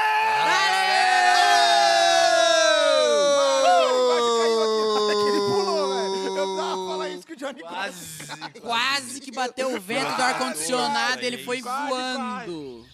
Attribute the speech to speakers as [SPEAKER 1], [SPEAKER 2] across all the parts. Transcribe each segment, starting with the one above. [SPEAKER 1] Quase, quase que bateu o vento do ar-condicionado, ele foi
[SPEAKER 2] Ah, Quase,
[SPEAKER 1] voando.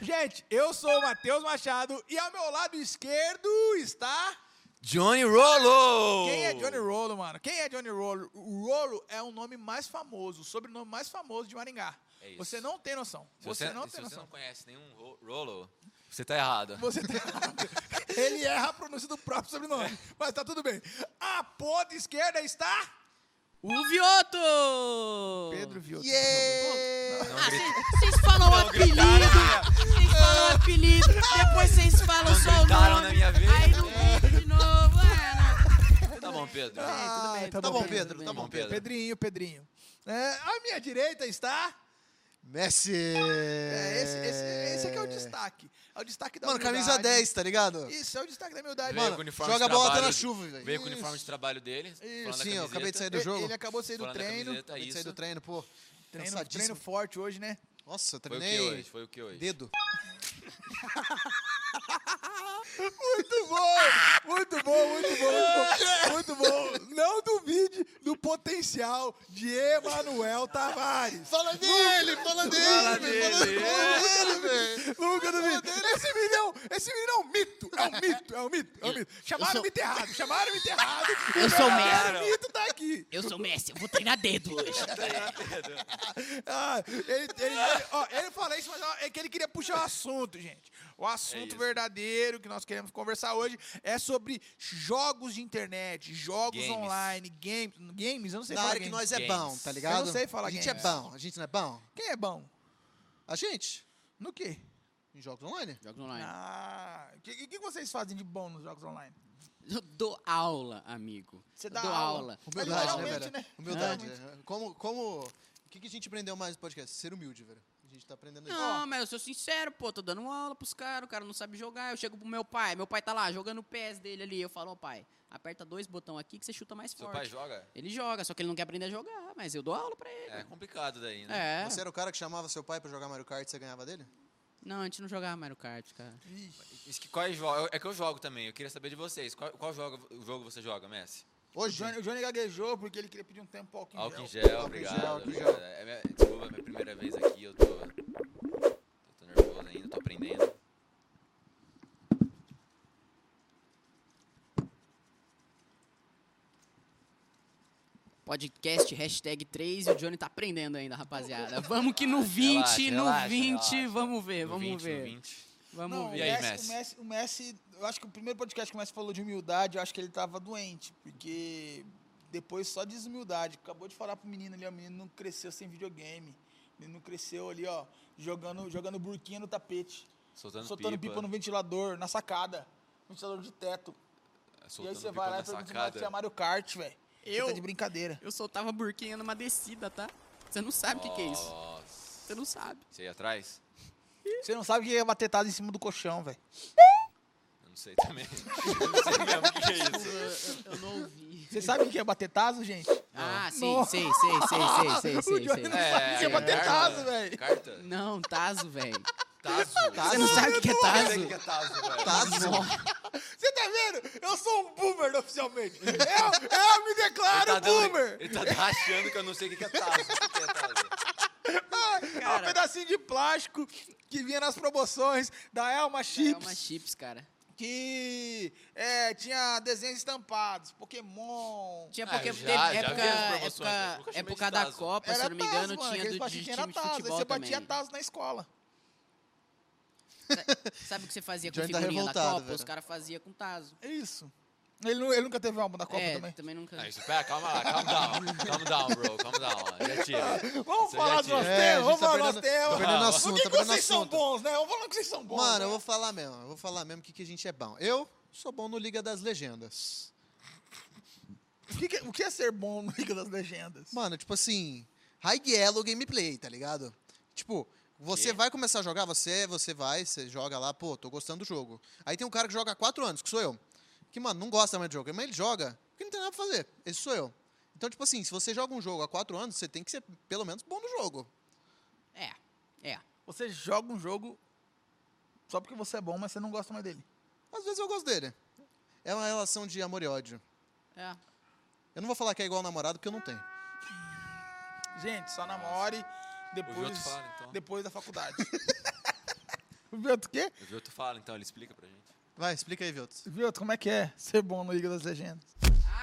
[SPEAKER 3] Gente, eu sou o Matheus Machado e ao meu lado esquerdo está.
[SPEAKER 2] Johnny Rollo!
[SPEAKER 3] Quem é Johnny Rolo, mano? Quem é Johnny Rolo? O Rolo é o nome mais famoso, o sobrenome mais famoso de Maringá.
[SPEAKER 2] É isso.
[SPEAKER 3] Você não tem noção.
[SPEAKER 2] Se
[SPEAKER 3] Você,
[SPEAKER 2] você,
[SPEAKER 3] não
[SPEAKER 2] se
[SPEAKER 3] tem
[SPEAKER 2] você não
[SPEAKER 3] noção.
[SPEAKER 2] conhece nenhum Ro- Rollo, você tá errado.
[SPEAKER 3] Você tem errado. Ele erra a pronúncia do próprio sobrenome, mas tá tudo bem. A ponta esquerda está.
[SPEAKER 1] O Vioto!
[SPEAKER 3] Pedro Vioto.
[SPEAKER 1] Ah, cê- vocês falam o apelido, vocês falam o apelido, depois vocês falam só o
[SPEAKER 2] gritaram
[SPEAKER 1] nome,
[SPEAKER 2] na minha vez.
[SPEAKER 1] aí não grita de novo. Ah,
[SPEAKER 2] Tá bom, Pedro.
[SPEAKER 1] não. É, tudo bem,
[SPEAKER 3] tá
[SPEAKER 1] tudo
[SPEAKER 3] bom,
[SPEAKER 1] bem,
[SPEAKER 4] Pedro,
[SPEAKER 1] tudo
[SPEAKER 4] tá
[SPEAKER 1] bem.
[SPEAKER 2] bom, Pedro.
[SPEAKER 3] Pedrinho, Pedrinho. É, à minha direita está.
[SPEAKER 4] Messi!
[SPEAKER 3] É,
[SPEAKER 4] É,
[SPEAKER 3] esse, esse, esse aqui é o destaque. É o destaque da
[SPEAKER 4] Mano, camisa
[SPEAKER 3] humildade.
[SPEAKER 4] 10, tá ligado?
[SPEAKER 3] Isso é o destaque da humildade.
[SPEAKER 2] Veio
[SPEAKER 4] Mano,
[SPEAKER 2] com o uniforme
[SPEAKER 4] joga
[SPEAKER 2] de
[SPEAKER 4] a bola
[SPEAKER 2] trabalho
[SPEAKER 4] até na
[SPEAKER 2] de-
[SPEAKER 4] chuva, velho.
[SPEAKER 2] Veio com o uniforme de
[SPEAKER 4] Isso.
[SPEAKER 2] trabalho dele. falando da
[SPEAKER 4] Sim, eu acabei de
[SPEAKER 2] camiseta.
[SPEAKER 4] sair do
[SPEAKER 3] Ele-
[SPEAKER 4] jogo.
[SPEAKER 3] Ele acabou de sair do
[SPEAKER 2] Falando da
[SPEAKER 3] treino.
[SPEAKER 2] camiseta,
[SPEAKER 3] Tá
[SPEAKER 4] Acabei de sair
[SPEAKER 2] isso.
[SPEAKER 4] do treino, pô.
[SPEAKER 3] Treino,
[SPEAKER 4] Cansadíssimo.
[SPEAKER 3] treino forte hoje, né?
[SPEAKER 4] Nossa,
[SPEAKER 2] Foi
[SPEAKER 4] eu
[SPEAKER 2] o que
[SPEAKER 4] terminei
[SPEAKER 2] hoje? Foi o que hoje?
[SPEAKER 4] dedo.
[SPEAKER 3] Muito bom! Muito bom, muito
[SPEAKER 2] É.
[SPEAKER 3] bom, muito bom. Muito bom. Não duvide do potencial de Emanuel Tavares.
[SPEAKER 4] Fala dele, fala dele, fala
[SPEAKER 2] dele,
[SPEAKER 4] dele, fala dele, velho.
[SPEAKER 3] Nunca duvide. Esse menino, é um- esse menino é um mito. É um mito, é um mito, é um mito. Chamaram
[SPEAKER 1] sou-
[SPEAKER 3] o mito errado, chamaram o mito errado.
[SPEAKER 1] Eu sou
[SPEAKER 3] O
[SPEAKER 1] mestre.
[SPEAKER 3] mito tá aqui.
[SPEAKER 1] Eu sou o Messi, eu vou treinar dedo hoje.
[SPEAKER 3] Ah, ele, ele, ele- ó, ele fala isso, mas ó, é que ele queria puxar o assunto, gente. O assunto
[SPEAKER 2] isso.
[SPEAKER 3] verdadeiro que nós queremos conversar hoje é sobre jogos de internet, jogos
[SPEAKER 2] Games.
[SPEAKER 3] online, games. Games, eu não sei
[SPEAKER 4] Na
[SPEAKER 3] falar
[SPEAKER 4] área que
[SPEAKER 3] games.
[SPEAKER 4] nós é
[SPEAKER 2] Games.
[SPEAKER 4] bom, tá ligado?
[SPEAKER 3] Eu não sei falar
[SPEAKER 4] A gente
[SPEAKER 3] games.
[SPEAKER 4] é bom, a gente não é bom.
[SPEAKER 3] Quem é bom?
[SPEAKER 4] A gente,
[SPEAKER 3] No quê?
[SPEAKER 4] em jogos online.
[SPEAKER 1] Jogos online.
[SPEAKER 3] Ah, o que, que vocês fazem de bom nos jogos online?
[SPEAKER 1] Eu dou aula, amigo.
[SPEAKER 3] Você
[SPEAKER 1] Eu
[SPEAKER 3] dá
[SPEAKER 1] dou
[SPEAKER 3] aula.
[SPEAKER 1] aula. é
[SPEAKER 4] Humildade, né,
[SPEAKER 3] Literalmente,
[SPEAKER 4] velho?
[SPEAKER 3] né?
[SPEAKER 4] Humildade.
[SPEAKER 3] Não,
[SPEAKER 4] né? Como, como... O que, que a gente aprendeu mais no podcast? Ser humilde, velho. A gente tá aprendendo isso.
[SPEAKER 1] Não, mas eu sou sincero, pô, tô dando aula pros caras, o cara não sabe jogar. Eu chego pro meu pai, meu pai tá lá jogando o pés dele ali. Eu falo, ó, pai, aperta dois botões aqui que você chuta mais
[SPEAKER 2] Seu
[SPEAKER 1] forte.
[SPEAKER 2] pai joga?
[SPEAKER 1] Ele joga, só que ele não quer aprender a jogar, mas eu dou aula pra ele.
[SPEAKER 2] É complicado daí, né?
[SPEAKER 1] É.
[SPEAKER 4] Você era o cara que chamava seu pai pra jogar Mario Kart e você ganhava dele?
[SPEAKER 1] Não, a gente não jogava Mario Kart, cara.
[SPEAKER 2] Isso que, quais jo- é que eu jogo também. Eu queria saber de vocês. Qual, qual jogo, o jogo você joga, Messi?
[SPEAKER 3] O
[SPEAKER 4] Hoje?
[SPEAKER 3] Johnny, o Johnny gaguejou porque ele queria pedir um tempo ao álcool em
[SPEAKER 2] Álcool em
[SPEAKER 3] gel.
[SPEAKER 2] gel,
[SPEAKER 4] em gel,
[SPEAKER 2] obrigado.
[SPEAKER 4] álcool em
[SPEAKER 2] obrigado. É minha- desculpa, é minha primeira vez aqui. Eu tô, eu tô nervoso ainda, tô aprendendo.
[SPEAKER 1] Podcast, hashtag 3, e o Johnny tá aprendendo ainda, rapaziada. Vamos que no 20,
[SPEAKER 2] Relaxa,
[SPEAKER 1] no
[SPEAKER 2] relaxa,
[SPEAKER 1] 20,
[SPEAKER 2] relaxa.
[SPEAKER 1] vamos ver,
[SPEAKER 2] No
[SPEAKER 1] vamos
[SPEAKER 2] 20, no
[SPEAKER 1] ver.
[SPEAKER 2] 20.
[SPEAKER 1] Vamos
[SPEAKER 3] Não,
[SPEAKER 1] ver.
[SPEAKER 2] E aí,
[SPEAKER 3] o, Messi,
[SPEAKER 2] Messi?
[SPEAKER 3] o, Messi, o Messi- eu acho que o primeiro podcast que o Messi falou de humildade, eu acho que ele tava doente, porque depois só desumildade. Acabou de falar pro menino ali, ó, o menino não cresceu sem videogame. O menino não cresceu ali, ó, jogando, jogando burquinha no tapete,
[SPEAKER 2] Soltando,
[SPEAKER 3] soltando pipa.
[SPEAKER 2] pipa
[SPEAKER 3] no ventilador, na sacada, no ventilador de teto. e aí
[SPEAKER 2] Soltando
[SPEAKER 3] você
[SPEAKER 2] pipa
[SPEAKER 3] vai lá
[SPEAKER 2] na
[SPEAKER 3] e pergunta se o Messi é
[SPEAKER 2] sacada.
[SPEAKER 3] Mario Kart, velho. Você
[SPEAKER 1] Eu?
[SPEAKER 3] tá de brincadeira.
[SPEAKER 1] Eu soltava burquinha numa descida, tá? Você não sabe o que, que é isso.
[SPEAKER 2] Nossa.
[SPEAKER 1] Você não sabe.
[SPEAKER 2] Você ia atrás?
[SPEAKER 3] Você não sabe o que é bater tado em cima do colchão, velho.
[SPEAKER 2] Eu não sei também. Eu não sei mesmo o que que é isso.
[SPEAKER 1] Eu, não ouvi.
[SPEAKER 3] Você sabe o que é bater tazo, gente?
[SPEAKER 1] Ah, sim,
[SPEAKER 3] Não.
[SPEAKER 1] sei, sei, sei, sei, sei,
[SPEAKER 3] O
[SPEAKER 1] sei,
[SPEAKER 3] Johnny
[SPEAKER 1] sei.
[SPEAKER 3] não sabe o que é bater
[SPEAKER 2] carta,
[SPEAKER 3] tazo, velho.
[SPEAKER 2] Carta?
[SPEAKER 1] Não, Tazo, velho.
[SPEAKER 2] Tazo?
[SPEAKER 1] Você não sabe o que é
[SPEAKER 2] sei o que
[SPEAKER 1] Tazo?
[SPEAKER 2] é tazo, velho.
[SPEAKER 4] Tazo?
[SPEAKER 3] Você tá vendo? Eu sou um boomer oficialmente. Eu, eu me declaro
[SPEAKER 2] Ele tá dando-
[SPEAKER 3] boomer.
[SPEAKER 2] Ele tá achando que eu não sei o que que é tazo. O que que é tazo?
[SPEAKER 3] É um pedacinho de plástico que vinha nas promoções da Elma Chips,
[SPEAKER 1] É uma chips, cara.
[SPEAKER 3] que é, tinha desenhos estampados, Pokémon.
[SPEAKER 1] Tinha
[SPEAKER 2] Ah,
[SPEAKER 1] porque
[SPEAKER 2] eu
[SPEAKER 1] teve
[SPEAKER 2] já- já
[SPEAKER 1] época,
[SPEAKER 2] vi as promoções,
[SPEAKER 1] época,
[SPEAKER 2] mas nunca chamei de
[SPEAKER 1] época da
[SPEAKER 2] Tazo.
[SPEAKER 1] Copa, se eu não me engano,
[SPEAKER 3] mano,
[SPEAKER 1] tinha
[SPEAKER 3] aqueles
[SPEAKER 1] do, de
[SPEAKER 3] plastiquinhos
[SPEAKER 1] time de
[SPEAKER 3] era tazo, aí
[SPEAKER 1] futebol
[SPEAKER 3] você
[SPEAKER 1] também.
[SPEAKER 3] batia tazo na escola.
[SPEAKER 1] Sabe o que você fazia com
[SPEAKER 4] Johnny tá
[SPEAKER 1] figurinha da
[SPEAKER 4] revoltado,
[SPEAKER 1] Copa?
[SPEAKER 4] velho.
[SPEAKER 1] Os caras faziam com Tazo.
[SPEAKER 3] É isso. Ele, nu- ele nunca teve álbum da Copa
[SPEAKER 1] é,
[SPEAKER 3] também.
[SPEAKER 1] nunca.
[SPEAKER 2] Ah, isso, pera, calma lá, calm down. Calm down, bro, calm down. Já tira.
[SPEAKER 3] Vamos
[SPEAKER 2] Você
[SPEAKER 3] falar
[SPEAKER 2] já
[SPEAKER 3] dos nossos
[SPEAKER 2] tira.
[SPEAKER 4] É, a
[SPEAKER 3] temas,
[SPEAKER 4] gente
[SPEAKER 3] vamos
[SPEAKER 4] tá
[SPEAKER 3] falar dos nossos
[SPEAKER 4] perdendo-
[SPEAKER 3] temas.
[SPEAKER 4] tá perdendo
[SPEAKER 3] O
[SPEAKER 4] assunto,
[SPEAKER 3] que,
[SPEAKER 4] tá
[SPEAKER 3] que
[SPEAKER 4] perdendo
[SPEAKER 3] vocês são
[SPEAKER 4] assunto.
[SPEAKER 3] bons, né? Vamos falar que vocês são bons.
[SPEAKER 4] Mano, eu
[SPEAKER 3] né?
[SPEAKER 4] vou falar mesmo. Eu vou falar mesmo que, que a gente é bom. Eu sou bom no Liga das Legendas.
[SPEAKER 3] o, que, que- o que é ser bom no Liga das Legendas?
[SPEAKER 4] Mano, tipo assim, high yellow gameplay, tá ligado? Tipo, você
[SPEAKER 2] Quê?
[SPEAKER 4] vai começar a jogar, você, você vai, você joga lá, pô, tô gostando do jogo. Aí tem um cara que joga há quatro anos, que sou eu. Que, mano, não gosta mais de jogo, mas ele joga, porque não tem nada pra fazer. Esse sou eu. Então, tipo assim, se você joga um jogo há quatro anos, você tem que ser pelo menos bom no jogo.
[SPEAKER 1] É, é.
[SPEAKER 3] Você joga um jogo Só porque você é bom, mas você não gosta mais dele.
[SPEAKER 4] Às vezes eu gosto dele. É uma relação de amor e ódio.
[SPEAKER 1] É.
[SPEAKER 4] Eu não vou falar que é igual namorado, porque eu não tenho.
[SPEAKER 3] Gente, só namore
[SPEAKER 2] O Vioto
[SPEAKER 3] depois,
[SPEAKER 2] fala, então.
[SPEAKER 3] depois da faculdade. o Vioto o quê?
[SPEAKER 2] O Vioto fala, então, ele explica pra gente.
[SPEAKER 4] Vai, explica aí, Viltos.
[SPEAKER 3] Vioto, como é que é ser bom no Liga das Legendas?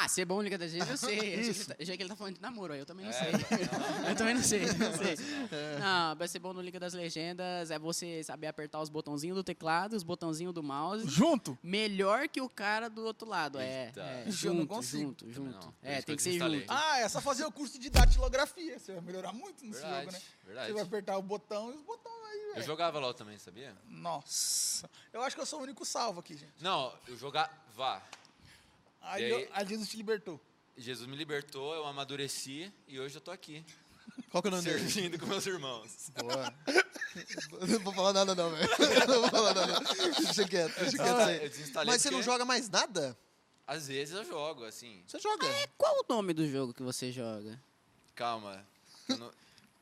[SPEAKER 1] Ah, ser bom Liga das Legendas, eu sei. Eu sei que ele
[SPEAKER 3] Isso.
[SPEAKER 1] tá- Eu achei que ele tá falando de namoro, aí eu também não
[SPEAKER 2] É,
[SPEAKER 1] sei. eu também não sei, não sei.
[SPEAKER 4] É.
[SPEAKER 1] Não, mas ser bom no Liga das Legendas é você saber apertar os botãozinhos do teclado, os botãozinhos do mouse.
[SPEAKER 3] Junto?
[SPEAKER 1] Melhor que o cara do outro lado. É,
[SPEAKER 2] Eita.
[SPEAKER 1] é,
[SPEAKER 3] Isso eu não
[SPEAKER 1] junto,
[SPEAKER 3] consigo.
[SPEAKER 1] junto,
[SPEAKER 2] Também
[SPEAKER 1] junto.
[SPEAKER 2] não. Por
[SPEAKER 1] É,
[SPEAKER 2] isso que
[SPEAKER 1] tem
[SPEAKER 2] eu
[SPEAKER 1] que ser
[SPEAKER 2] desinstalei.
[SPEAKER 1] junto.
[SPEAKER 3] Ah, é só fazer o curso de datilografia. Você vai melhorar muito nesse jogo, né?
[SPEAKER 2] Verdade,
[SPEAKER 3] Você vai
[SPEAKER 2] verdade.
[SPEAKER 3] apertar o botão e os botões aí,
[SPEAKER 2] Eu
[SPEAKER 3] velho.
[SPEAKER 2] jogava LOL também, sabia?
[SPEAKER 3] Nossa. Eu acho que eu sou o único salvo aqui, gente.
[SPEAKER 2] Não, eu jogava.
[SPEAKER 3] Aí,
[SPEAKER 2] E aí?
[SPEAKER 3] eu- aí Jesus te libertou.
[SPEAKER 2] Jesus me libertou, eu amadureci e hoje eu tô aqui,
[SPEAKER 4] Qual que é o nome dele?
[SPEAKER 2] servindo com meus irmãos.
[SPEAKER 4] Boa. não vou falar nada, não, velho. Não vou falar nada. Deixa quieto, deixa quieto isso aí.
[SPEAKER 2] Ah, Eu desinstalei
[SPEAKER 4] Mas você não
[SPEAKER 2] porque-
[SPEAKER 4] joga mais nada?
[SPEAKER 2] Às vezes eu jogo, assim.
[SPEAKER 4] Você joga.
[SPEAKER 1] é, Qual o nome do jogo que você joga?
[SPEAKER 2] Calma. Eu não-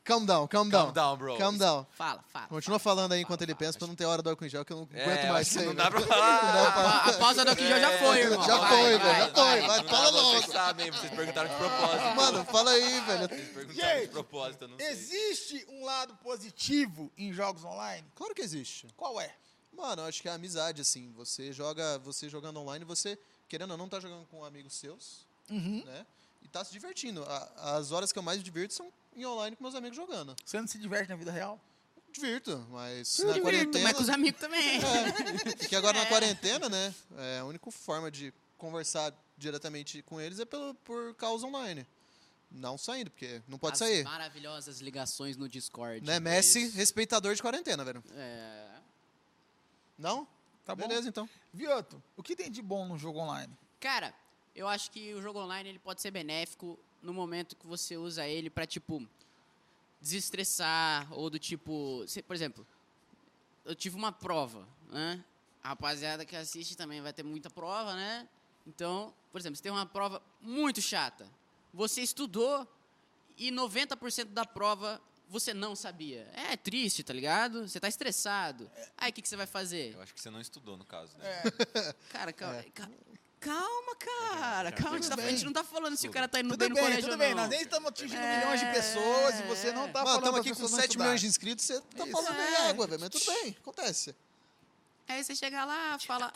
[SPEAKER 4] Calm down, calm down.
[SPEAKER 2] Calm down, bro. Ah,
[SPEAKER 4] Calm down.
[SPEAKER 1] Fala, fala.
[SPEAKER 4] Continua falando aí enquanto
[SPEAKER 1] fala,
[SPEAKER 4] ele
[SPEAKER 1] fala.
[SPEAKER 4] pensa pra não ter hora do álcool em gel, que eu não
[SPEAKER 2] É,
[SPEAKER 4] aguento
[SPEAKER 2] eu
[SPEAKER 4] mais
[SPEAKER 2] acho que
[SPEAKER 4] isso aí. né?
[SPEAKER 2] não dá pra
[SPEAKER 4] Não
[SPEAKER 2] falar. Ah, é,
[SPEAKER 4] dá pra-
[SPEAKER 1] A, a pausa do que já já foi, irmão.
[SPEAKER 4] É, Já
[SPEAKER 1] Vai,
[SPEAKER 4] foi,
[SPEAKER 1] vai,
[SPEAKER 4] velho, já
[SPEAKER 1] vai, vai.
[SPEAKER 4] foi. Vai, fala
[SPEAKER 2] vocês
[SPEAKER 4] logo.
[SPEAKER 2] sabem, vocês perguntaram de propósito.
[SPEAKER 4] Mano, fala aí, velho.
[SPEAKER 2] Vocês perguntaram de
[SPEAKER 3] Gente,
[SPEAKER 2] propósito, eu não sei.
[SPEAKER 3] Existe um lado positivo em jogos online?
[SPEAKER 4] Claro que existe.
[SPEAKER 3] Qual é?
[SPEAKER 4] Mano, eu acho que é a amizade, assim. Você joga, você jogando online, você, querendo ou não, tá jogando com amigos seus, né? E tá se divertindo. A- as horas que eu mais divirto são em online com meus amigos jogando.
[SPEAKER 3] Você não se diverte na vida real?
[SPEAKER 4] Divirto, mas
[SPEAKER 1] Eu
[SPEAKER 4] na
[SPEAKER 1] divirto, mas com os
[SPEAKER 4] quarentena.
[SPEAKER 1] amigos também.
[SPEAKER 4] É, Porque agora
[SPEAKER 1] É.
[SPEAKER 4] na quarentena, né? É, a única forma de conversar diretamente com eles é pelo, por causa online. Não saindo, porque não pode
[SPEAKER 1] As
[SPEAKER 4] sair.
[SPEAKER 1] maravilhosas ligações no Discord.
[SPEAKER 4] Né, Messi,
[SPEAKER 2] isso.
[SPEAKER 4] respeitador de quarentena, velho.
[SPEAKER 1] É...
[SPEAKER 4] Não?
[SPEAKER 3] Tá bom.
[SPEAKER 4] Beleza, então.
[SPEAKER 3] Vioto, o que tem de bom num jogo online?
[SPEAKER 1] Cara, eu acho que o jogo online ele pode ser benéfico no momento que você usa ele pra, tipo, desestressar ou do tipo... cê- por exemplo, eu tive uma prova, né? A rapaziada que assiste também vai ter muita prova, né? Então, por exemplo, você tem uma prova muito chata. Você estudou e 90% da prova você não sabia. É triste, tá ligado? Você tá estressado. Aí o que, que você vai fazer?
[SPEAKER 2] Eu acho que você não estudou, no caso, né?
[SPEAKER 3] É.
[SPEAKER 1] Cara, calma. ca- Calma, cara. Calma, a gente, tá- a
[SPEAKER 3] bem.
[SPEAKER 1] gente não tá falando se o cara tá indo
[SPEAKER 3] Tudo
[SPEAKER 1] bem
[SPEAKER 3] bem,
[SPEAKER 1] no colégio
[SPEAKER 3] tudo
[SPEAKER 1] ou
[SPEAKER 3] bem.
[SPEAKER 1] não.
[SPEAKER 3] Nós nem estamos atingindo
[SPEAKER 1] É,
[SPEAKER 3] milhões de pessoas e você não tá falando
[SPEAKER 4] Mano, estamos
[SPEAKER 3] pras
[SPEAKER 4] aqui com
[SPEAKER 3] pessoas não
[SPEAKER 4] 7 milhões de
[SPEAKER 3] estudarem.
[SPEAKER 4] inscritos, você tá
[SPEAKER 3] Isso.
[SPEAKER 4] falando meio
[SPEAKER 1] É.
[SPEAKER 4] água, velho. Mas tudo bem, acontece.
[SPEAKER 1] Aí você chega lá, fala...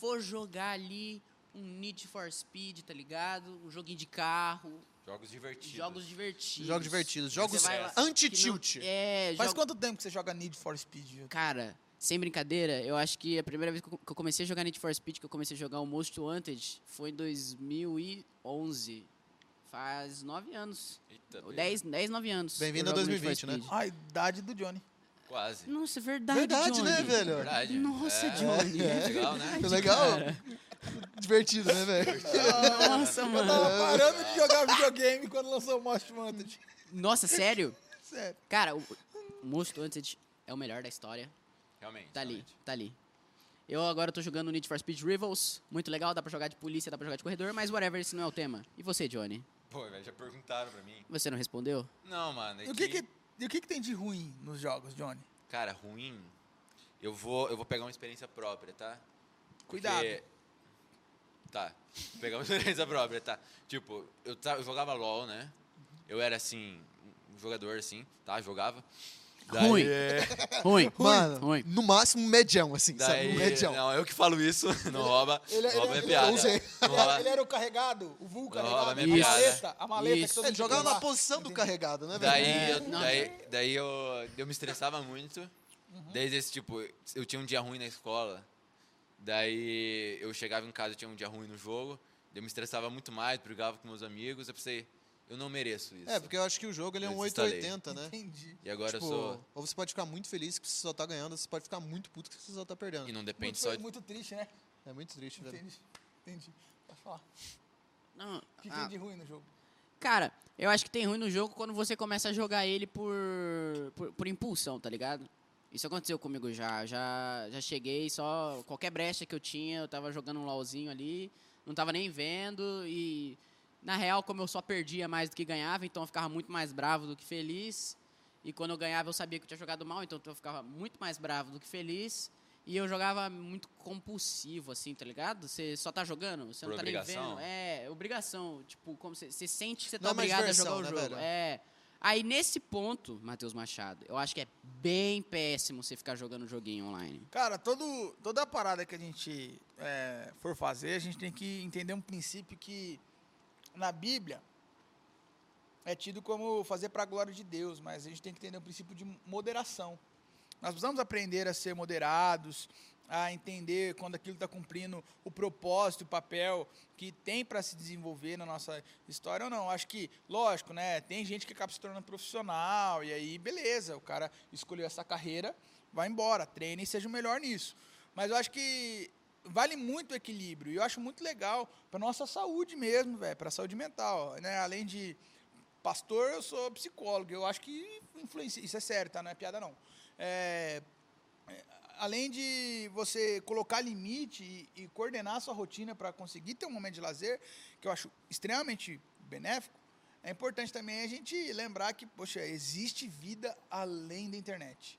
[SPEAKER 1] Vou jogar ali um Need for Speed, tá ligado? Um joguinho de carro,
[SPEAKER 2] Jogos divertidos.
[SPEAKER 1] jogos divertidos.
[SPEAKER 4] Jogos divertidos,
[SPEAKER 1] Aí
[SPEAKER 4] jogos
[SPEAKER 1] você vai lá-
[SPEAKER 4] anti-tilt.
[SPEAKER 1] que não- É,
[SPEAKER 3] Faz
[SPEAKER 1] jogos...
[SPEAKER 3] quanto tempo que você joga Need for Speed, Vioto?
[SPEAKER 1] Cara, sem brincadeira, eu acho que a primeira vez que eu que eu comecei a jogar Need for Speed, que eu comecei a jogar o Most Wanted, foi em 2011. Faz nove anos.
[SPEAKER 2] Eita,
[SPEAKER 1] Ou
[SPEAKER 2] beleza.
[SPEAKER 1] 10, 10, 9 anos.
[SPEAKER 4] Bem-vindo
[SPEAKER 1] Eu
[SPEAKER 4] a
[SPEAKER 1] jogo
[SPEAKER 4] 2020,
[SPEAKER 1] Need for
[SPEAKER 4] né?
[SPEAKER 3] A
[SPEAKER 1] Speed.
[SPEAKER 3] idade do Johnny.
[SPEAKER 2] Quase.
[SPEAKER 1] Nossa, é verdade,
[SPEAKER 4] Verdade, né,
[SPEAKER 1] Johnny?
[SPEAKER 4] velho?
[SPEAKER 2] Verdade.
[SPEAKER 1] Nossa,
[SPEAKER 2] é,
[SPEAKER 1] Johnny.
[SPEAKER 2] é Legal, né?
[SPEAKER 4] Que legal. Divertido, né, velho?
[SPEAKER 1] Nossa,
[SPEAKER 3] Eu
[SPEAKER 1] mano.
[SPEAKER 3] tava parando de jogar videogame quando lançou o Most Wanted.
[SPEAKER 1] Nossa, sério?
[SPEAKER 3] Sério.
[SPEAKER 1] Cara, o o Most Wanted é o melhor da história.
[SPEAKER 2] Realmente.
[SPEAKER 1] Tá ali,
[SPEAKER 2] realmente.
[SPEAKER 1] tá ali. Eu agora tô jogando Need for Speed Rivals. Muito legal, dá pra jogar de polícia, dá pra jogar de corredor, mas whatever, esse não é o tema. E você, Johnny?
[SPEAKER 2] Pô, velho, já perguntaram pra mim.
[SPEAKER 1] Você não respondeu?
[SPEAKER 2] Não, mano. é
[SPEAKER 3] E o que, que, e o que, que tem de ruim nos jogos, Johnny?
[SPEAKER 2] Cara, ruim. Eu vou, eu vou pegar uma experiência própria, tá? Porque-
[SPEAKER 3] Cuidado.
[SPEAKER 2] Tá. Vou pegar uma experiência própria, tá? Tipo, eu, ta- eu jogava LOL, né? Eu era assim, um jogador assim, tá? Jogava.
[SPEAKER 1] Ruim. Ruim,
[SPEAKER 4] É. Mano,
[SPEAKER 1] ruim.
[SPEAKER 4] no máximo medião, assim, sabe?
[SPEAKER 2] Daí,
[SPEAKER 4] Um medião.
[SPEAKER 2] não, eu que falo isso, não rouba.
[SPEAKER 3] Ele, é-
[SPEAKER 2] não rouba minha
[SPEAKER 3] ele-
[SPEAKER 2] piada.
[SPEAKER 4] eu usei.
[SPEAKER 2] Não
[SPEAKER 3] ele era,
[SPEAKER 2] rouba.
[SPEAKER 3] ele era o carregado, o vulco
[SPEAKER 2] Não,
[SPEAKER 3] carregado,
[SPEAKER 2] a
[SPEAKER 3] a
[SPEAKER 2] minha
[SPEAKER 3] maleta, a maleta
[SPEAKER 1] Isso.
[SPEAKER 3] que todo
[SPEAKER 4] É, Ele
[SPEAKER 3] mundo
[SPEAKER 4] jogava
[SPEAKER 3] tinha
[SPEAKER 4] na
[SPEAKER 3] lá.
[SPEAKER 4] posição do carregado, né, velho?
[SPEAKER 2] Daí, eu-
[SPEAKER 1] Não.
[SPEAKER 2] daí, daí eu, eu me estressava muito. Desde esse tipo, eu tinha um dia ruim na escola. Daí eu chegava em casa, eu tinha um dia ruim no jogo. Eu me estressava muito mais, brigava com meus amigos. Eu pensei, eu não mereço isso.
[SPEAKER 4] É, porque eu acho que o jogo ele é
[SPEAKER 2] Eu
[SPEAKER 4] um
[SPEAKER 2] desinstalei.
[SPEAKER 4] 880, né?
[SPEAKER 3] Entendi.
[SPEAKER 2] E agora
[SPEAKER 4] Tipo,
[SPEAKER 2] eu sou.
[SPEAKER 4] ou você pode ficar muito feliz que você só tá ganhando, ou você pode ficar muito puto que você só tá perdendo.
[SPEAKER 2] E não depende
[SPEAKER 3] Muito,
[SPEAKER 2] só de.
[SPEAKER 3] muito triste, né?
[SPEAKER 4] É muito triste, velho.
[SPEAKER 3] Entendi. Entendi. Pode falar. O
[SPEAKER 1] Não,
[SPEAKER 3] que
[SPEAKER 1] ah,
[SPEAKER 3] tem de ruim no jogo?
[SPEAKER 1] Cara, eu acho que tem ruim no jogo quando você começa a jogar ele por, por, por impulsão, tá ligado? Isso aconteceu comigo já, já, já cheguei só qualquer brecha que eu tinha, eu tava jogando um LoLzinho ali, não tava nem vendo e na real como eu só perdia mais do que ganhava, então eu ficava muito mais bravo do que feliz. E quando eu ganhava, eu sabia que eu tinha jogado mal, então eu ficava muito mais bravo do que feliz. E eu jogava muito compulsivo, assim, tá ligado? Você só tá jogando, você
[SPEAKER 2] Por
[SPEAKER 1] não tá
[SPEAKER 2] obrigação?
[SPEAKER 1] nem vendo. É, obrigação. Tipo, como você, você sente que você tá
[SPEAKER 4] Não é mais
[SPEAKER 1] obrigado a
[SPEAKER 4] diversão,
[SPEAKER 1] jogar o
[SPEAKER 4] né,
[SPEAKER 1] jogo.
[SPEAKER 4] velho?
[SPEAKER 1] É. Aí, nesse ponto, Matheus Machado, eu acho que é bem péssimo você ficar jogando joguinho online.
[SPEAKER 3] Cara, todo, toda a parada que a gente é, for fazer, a gente tem que entender um princípio que na Bíblia é tido como fazer para a glória de Deus, mas a gente tem que entender um princípio de moderação. Nós precisamos aprender a ser moderados, a entender quando aquilo está cumprindo o propósito, o papel que tem para se desenvolver na nossa história ou não. Acho que, lógico, né? Tem gente que acaba se tornando profissional, e aí, beleza, o cara escolheu essa carreira, vai embora, treine e seja o melhor nisso. Mas eu acho que vale muito o equilíbrio, e eu acho muito legal para nossa saúde mesmo, velho, para a saúde mental, né? Além de pastor, eu sou psicólogo. Eu acho que influencia. Isso é sério, tá? Não é piada, não. É, é, além de você colocar limite e, e coordenar a sua rotina para conseguir ter um momento de lazer, que eu acho extremamente benéfico, é importante também a gente lembrar que, poxa, existe vida além da internet.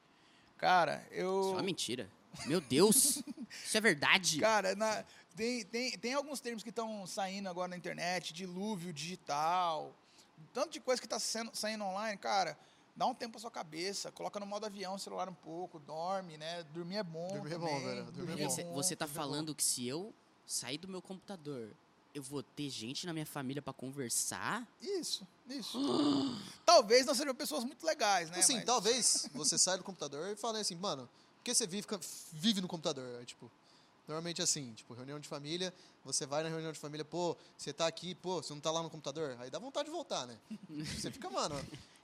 [SPEAKER 3] Cara,
[SPEAKER 1] Isso é
[SPEAKER 3] eu.
[SPEAKER 1] uma mentira. Meu Deus! isso é verdade.
[SPEAKER 3] Cara, na- tem, tem, tem alguns termos que estão saindo agora na internet, dilúvio digital, um tanto de coisa que está saindo online, cara, dá um tempo pra sua cabeça, coloca no modo avião o celular um pouco, dorme, né? Dormir é bom.
[SPEAKER 4] Dormir é bom,
[SPEAKER 3] também,
[SPEAKER 4] velho, dormir é
[SPEAKER 1] Ei,
[SPEAKER 4] bom.
[SPEAKER 1] cê- você tá
[SPEAKER 4] tá bom.
[SPEAKER 1] falando que se eu sair do meu computador, eu vou ter gente na minha família pra conversar?
[SPEAKER 3] Isso, isso. Talvez não sejam pessoas muito legais, né?
[SPEAKER 4] assim,
[SPEAKER 3] mas-
[SPEAKER 4] talvez você saia do computador e fale assim, mano, por que você vive, vive no computador? Aí, tipo, normalmente é assim, tipo, reunião de família, você vai na reunião de família, pô, você tá aqui, pô, você não tá lá no computador? Aí dá vontade de voltar, né? Você fica, mano,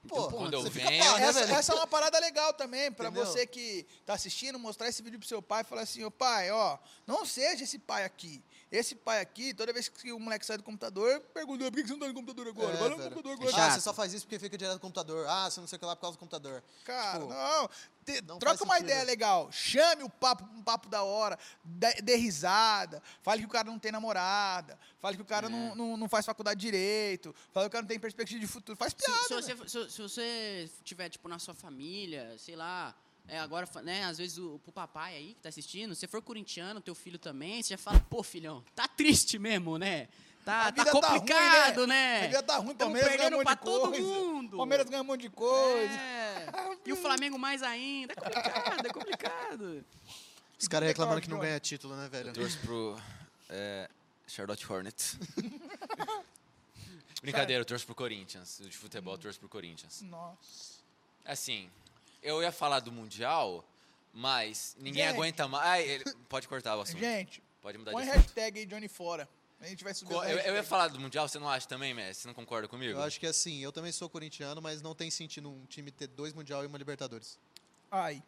[SPEAKER 4] pô,
[SPEAKER 1] pô,
[SPEAKER 2] Quando eu
[SPEAKER 4] você fica
[SPEAKER 2] venho-
[SPEAKER 4] pá, né,
[SPEAKER 3] essa,
[SPEAKER 4] velho?
[SPEAKER 3] essa é uma parada legal também, pra
[SPEAKER 4] Entendeu?
[SPEAKER 3] você que tá assistindo, mostrar esse vídeo pro seu pai e falar assim, ô pai, ó, não seja esse pai aqui. Esse pai aqui, toda vez que o moleque sai do computador, pergunta, por que que você não tá no computador agora?
[SPEAKER 4] É,
[SPEAKER 3] Vai lá no
[SPEAKER 4] velho.
[SPEAKER 3] computador
[SPEAKER 1] É
[SPEAKER 3] agora.
[SPEAKER 1] chato.
[SPEAKER 4] ah, você só faz isso porque fica direto no computador. Ah, você não sei o que lá por causa do computor.
[SPEAKER 3] Cara,
[SPEAKER 4] Tipo,
[SPEAKER 3] não. Te-
[SPEAKER 4] não
[SPEAKER 3] troca
[SPEAKER 4] faz
[SPEAKER 3] uma
[SPEAKER 4] sentido.
[SPEAKER 3] ideia legal. Chame o papo, um papo da hora. Dê, dê risada. Fale que o cara não tem namorada. Fale que o
[SPEAKER 4] É.
[SPEAKER 3] cara não, não, não faz faculdade de direito. Fale que o cara não tem perspectiva de futuro. Faz
[SPEAKER 1] Se,
[SPEAKER 3] piada.
[SPEAKER 1] se
[SPEAKER 3] velho.
[SPEAKER 1] você, se, se você tiver, tipo, na sua família, sei lá, é, agora, fa- né, às vezes o, pro papai aí que tá assistindo, se for corintiano, teu filho também, você já fala, pô, filhão, tá triste mesmo, né?
[SPEAKER 3] A
[SPEAKER 1] Tá, tá
[SPEAKER 3] vida tá ruim,
[SPEAKER 1] complicado, né?
[SPEAKER 3] A vida tá ruim,
[SPEAKER 1] Tamo
[SPEAKER 3] Palmeiras ganha um
[SPEAKER 1] perdendo
[SPEAKER 3] monte
[SPEAKER 1] pra
[SPEAKER 3] de
[SPEAKER 1] todo
[SPEAKER 3] coisa.
[SPEAKER 1] mundo.
[SPEAKER 3] Palmeiras ganha um monte de coisa.
[SPEAKER 1] É. E o Flamengo mais ainda. É complicado, é complicado.
[SPEAKER 4] Os
[SPEAKER 3] É
[SPEAKER 4] caras reclamando que não
[SPEAKER 3] Jordan.
[SPEAKER 4] ganha título, né, velho?
[SPEAKER 2] Eu torço pro é, Charlotte Hornets. Brincadeira, eu torço pro Corinthians. De futebol, eu torço pro Corinthians.
[SPEAKER 3] Nossa.
[SPEAKER 2] Assim, eu ia falar do Mundial, mas ninguém
[SPEAKER 3] Gente.
[SPEAKER 2] aguenta mais. Ai, ele- Pode cortar o assunto.
[SPEAKER 3] Gente,
[SPEAKER 2] Pode mudar de
[SPEAKER 3] põe
[SPEAKER 2] assunto.
[SPEAKER 3] hashtag aí Johnny fora. A gente vai subir
[SPEAKER 2] Co-
[SPEAKER 3] essa
[SPEAKER 2] Eu, eu ia
[SPEAKER 3] hashtag.
[SPEAKER 2] falar do Mundial, você não acha também, Messi? Você não concorda comigo?
[SPEAKER 4] Eu acho que assim, eu também sou corintiano, mas não tem sentido um time ter dois Mundial e uma Libertadores.
[SPEAKER 3] Ai.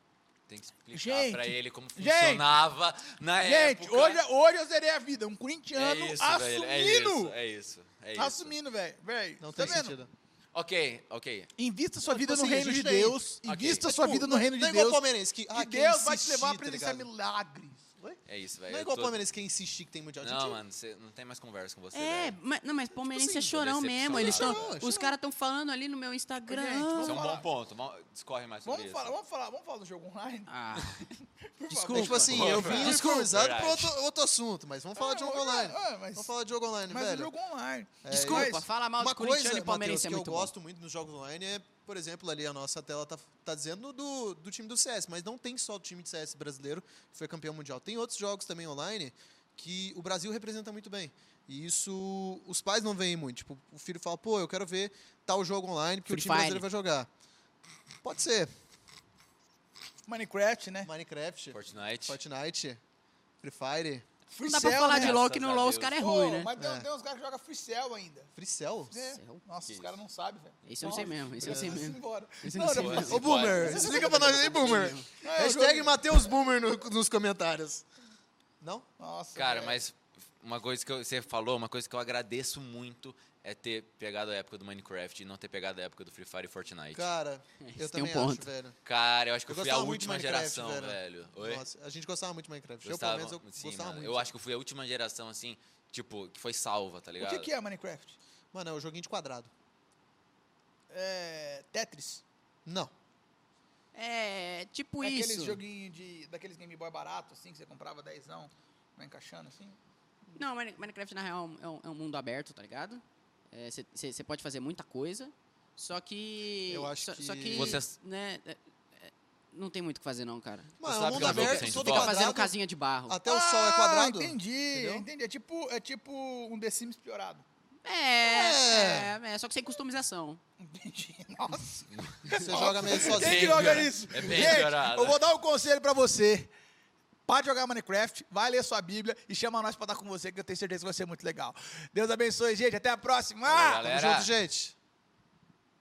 [SPEAKER 2] Tem que explicar
[SPEAKER 3] Gente,
[SPEAKER 2] pra ele como
[SPEAKER 3] gente,
[SPEAKER 2] funcionava na
[SPEAKER 3] Gente,
[SPEAKER 2] época. né?
[SPEAKER 3] hoje, é hoje eu zerei a vida. Um corintiano
[SPEAKER 2] é isso,
[SPEAKER 3] assumindo.
[SPEAKER 2] velho, é isso, é isso, é isso.
[SPEAKER 3] Assumindo, velho. Velho,
[SPEAKER 4] Não
[SPEAKER 3] tá
[SPEAKER 4] tem
[SPEAKER 3] vendo?
[SPEAKER 4] sentido.
[SPEAKER 2] Ok, ok.
[SPEAKER 3] Invista sua vida
[SPEAKER 4] tipo
[SPEAKER 3] no
[SPEAKER 4] assim,
[SPEAKER 3] reino de
[SPEAKER 4] existe aí.
[SPEAKER 3] Deus.
[SPEAKER 2] Ok.
[SPEAKER 3] Invista sua vida no reino de
[SPEAKER 4] não é igual o
[SPEAKER 3] Deus.
[SPEAKER 4] Palmeirense, que, ah,
[SPEAKER 3] Que
[SPEAKER 4] quem
[SPEAKER 3] Deus vai te
[SPEAKER 4] insistir,
[SPEAKER 3] levar a
[SPEAKER 4] tá
[SPEAKER 3] presenciar
[SPEAKER 4] ligado?
[SPEAKER 3] milagres. Oi?
[SPEAKER 2] É isso, velho.
[SPEAKER 4] Não é igual o
[SPEAKER 2] Eu tô-
[SPEAKER 4] Palmeirense que insistir que tem Mundial. A
[SPEAKER 2] Não,
[SPEAKER 4] gente-
[SPEAKER 2] mano, você não tem mais conversa com você.
[SPEAKER 1] É,
[SPEAKER 2] velho.
[SPEAKER 1] mas, não, mas palmeirense
[SPEAKER 2] assim,
[SPEAKER 1] é chorão
[SPEAKER 2] tô
[SPEAKER 1] mesmo. Eles tão,
[SPEAKER 4] decepcionado. Chorão,
[SPEAKER 1] os caras estão falando ali no meu Instagram.
[SPEAKER 3] Gente, vamos-
[SPEAKER 2] Isso é um
[SPEAKER 3] falar.
[SPEAKER 2] bom ponto. vamos- Discorre mais sobre
[SPEAKER 3] Vamos
[SPEAKER 2] isso.
[SPEAKER 3] falar, vamos falar, vamos falar do jogo online?
[SPEAKER 1] Ah,
[SPEAKER 3] Por
[SPEAKER 1] Desculpa.
[SPEAKER 4] É tipo assim, eu vim
[SPEAKER 2] Desculpa.
[SPEAKER 4] uniformizado pra
[SPEAKER 2] Verdade.
[SPEAKER 4] outro, outro assunto, mas vamos falar de jogo
[SPEAKER 3] Ah,
[SPEAKER 4] online.
[SPEAKER 3] ah, mas-
[SPEAKER 4] Vamos falar de jogo online,
[SPEAKER 3] Mas
[SPEAKER 4] velho.
[SPEAKER 3] o jogo online.
[SPEAKER 1] Desculpa,
[SPEAKER 3] Mas-
[SPEAKER 1] fala mal de
[SPEAKER 4] Uma
[SPEAKER 1] corintiano
[SPEAKER 4] coisa,
[SPEAKER 1] e palmeirense
[SPEAKER 4] Matheus,
[SPEAKER 1] é
[SPEAKER 4] que eu
[SPEAKER 1] muito bom.
[SPEAKER 4] gosto muito nos jogos online é, por exemplo, ali a nossa tela tá, tá dizendo do, do time do CS, mas não tem só o time de CS brasileiro que foi campeão mundial. Tem outros jogos também online que o Brasil representa muito bem. E isso os pais não veem muito. Tipo, o filho fala, pô, eu quero ver tal jogo online porque
[SPEAKER 1] Free
[SPEAKER 4] o time brasileiro
[SPEAKER 1] Fire.
[SPEAKER 4] vai jogar. Pode ser.
[SPEAKER 3] Minecraft, né?
[SPEAKER 4] Minecraft,
[SPEAKER 2] Fortnite.
[SPEAKER 4] Fortnite, Free Fire,
[SPEAKER 3] Free
[SPEAKER 1] não dá pra
[SPEAKER 3] Cell,
[SPEAKER 1] falar
[SPEAKER 3] né?
[SPEAKER 1] de LOL que
[SPEAKER 2] Graças
[SPEAKER 1] no
[SPEAKER 2] a
[SPEAKER 1] LOL os
[SPEAKER 2] Deus.
[SPEAKER 1] caras é
[SPEAKER 3] Pô,
[SPEAKER 1] ruim, né?
[SPEAKER 3] Mas tem, um,
[SPEAKER 4] É.
[SPEAKER 3] tem uns caras que jogam Free Cell ainda.
[SPEAKER 4] Free Cell.
[SPEAKER 3] É.
[SPEAKER 1] Cell?
[SPEAKER 3] Nossa, os
[SPEAKER 2] Que
[SPEAKER 3] caras não sabem, velho.
[SPEAKER 1] Esse eu não sei
[SPEAKER 3] Nossa,
[SPEAKER 1] mesmo, esse eu não sei
[SPEAKER 3] vai-se
[SPEAKER 1] mesmo.
[SPEAKER 3] embora.
[SPEAKER 1] Esse eu não sei
[SPEAKER 3] não,
[SPEAKER 2] mesmo.
[SPEAKER 4] Ô, Boomer,
[SPEAKER 2] Pode.
[SPEAKER 4] explica pra nós aí, Boomer.
[SPEAKER 3] É, eu
[SPEAKER 4] Hashtag
[SPEAKER 3] joguei.
[SPEAKER 4] Matheus Boomer no- nos comentários. Não?
[SPEAKER 3] Nossa, é.
[SPEAKER 2] Cara,
[SPEAKER 3] velho.
[SPEAKER 2] mas uma coisa que eu- você falou, uma coisa que eu agradeço muito é ter pegado a época do Minecraft e não ter pegado a época do Free Fire e Fortnite. Cara,
[SPEAKER 4] Cara, eu
[SPEAKER 1] Isso tem um
[SPEAKER 4] também acho,
[SPEAKER 1] ponto.
[SPEAKER 4] velho.
[SPEAKER 2] eu acho que eu, fui a
[SPEAKER 4] gostava muito de
[SPEAKER 2] última
[SPEAKER 4] Minecraft,
[SPEAKER 2] geração, velho. Oi?
[SPEAKER 4] Nossa, a gente gostava muito de Minecraft.
[SPEAKER 2] Gostava-
[SPEAKER 4] eu, pelo menos, eu
[SPEAKER 2] sim,
[SPEAKER 4] gostava
[SPEAKER 2] mano,
[SPEAKER 4] muito.
[SPEAKER 2] Eu acho que eu fui a última geração, assim, tipo, que foi salva, tá
[SPEAKER 3] O
[SPEAKER 2] ligado?
[SPEAKER 3] que, que é Minecraft?
[SPEAKER 4] Mano, é um joguinho de quadrado.
[SPEAKER 3] É, Tetris.
[SPEAKER 4] Não.
[SPEAKER 1] É, tipo
[SPEAKER 3] É
[SPEAKER 1] isso.
[SPEAKER 3] Aqueles joguinhos de, daqueles Game Boy barato, assim, que você comprava dezão, vai encaixando, assim.
[SPEAKER 1] Não, Mine- Minecraft, na real, é um, é um mundo aberto, tá ligado? Você pode fazer muita coisa, só que...
[SPEAKER 4] Eu acho
[SPEAKER 1] só, só
[SPEAKER 4] que-
[SPEAKER 1] que,
[SPEAKER 2] Você ass-
[SPEAKER 1] né, é- é, não tem muito o que fazer, não, cara.
[SPEAKER 2] sabe que
[SPEAKER 4] Mano, o mundo
[SPEAKER 2] é um jogo
[SPEAKER 4] aberto,
[SPEAKER 2] sem
[SPEAKER 4] todo
[SPEAKER 1] Fica
[SPEAKER 2] volta.
[SPEAKER 1] fazendo
[SPEAKER 4] quadrado,
[SPEAKER 1] casinha de barro.
[SPEAKER 4] até o sol é quadrado.
[SPEAKER 3] Ah, entendi,
[SPEAKER 4] entendeu?
[SPEAKER 3] entendi. É tipo, é tipo um The Sims piorado.
[SPEAKER 1] É, é, é, só que sem customização.
[SPEAKER 3] Entendi. Nossa.
[SPEAKER 4] Você joga meio
[SPEAKER 3] Quem
[SPEAKER 4] sozinho.
[SPEAKER 3] que joga isso?
[SPEAKER 2] É bem
[SPEAKER 3] Gente,
[SPEAKER 2] piorado.
[SPEAKER 3] eu vou dar um conselho pra você. Para de jogar Minecraft, vai ler sua Bíblia e chama nós pra estar com você, que eu tenho certeza que vai ser muito legal. Deus abençoe, gente. Até a próxima.
[SPEAKER 2] Valeu, galera.
[SPEAKER 4] Tamo junto, gente.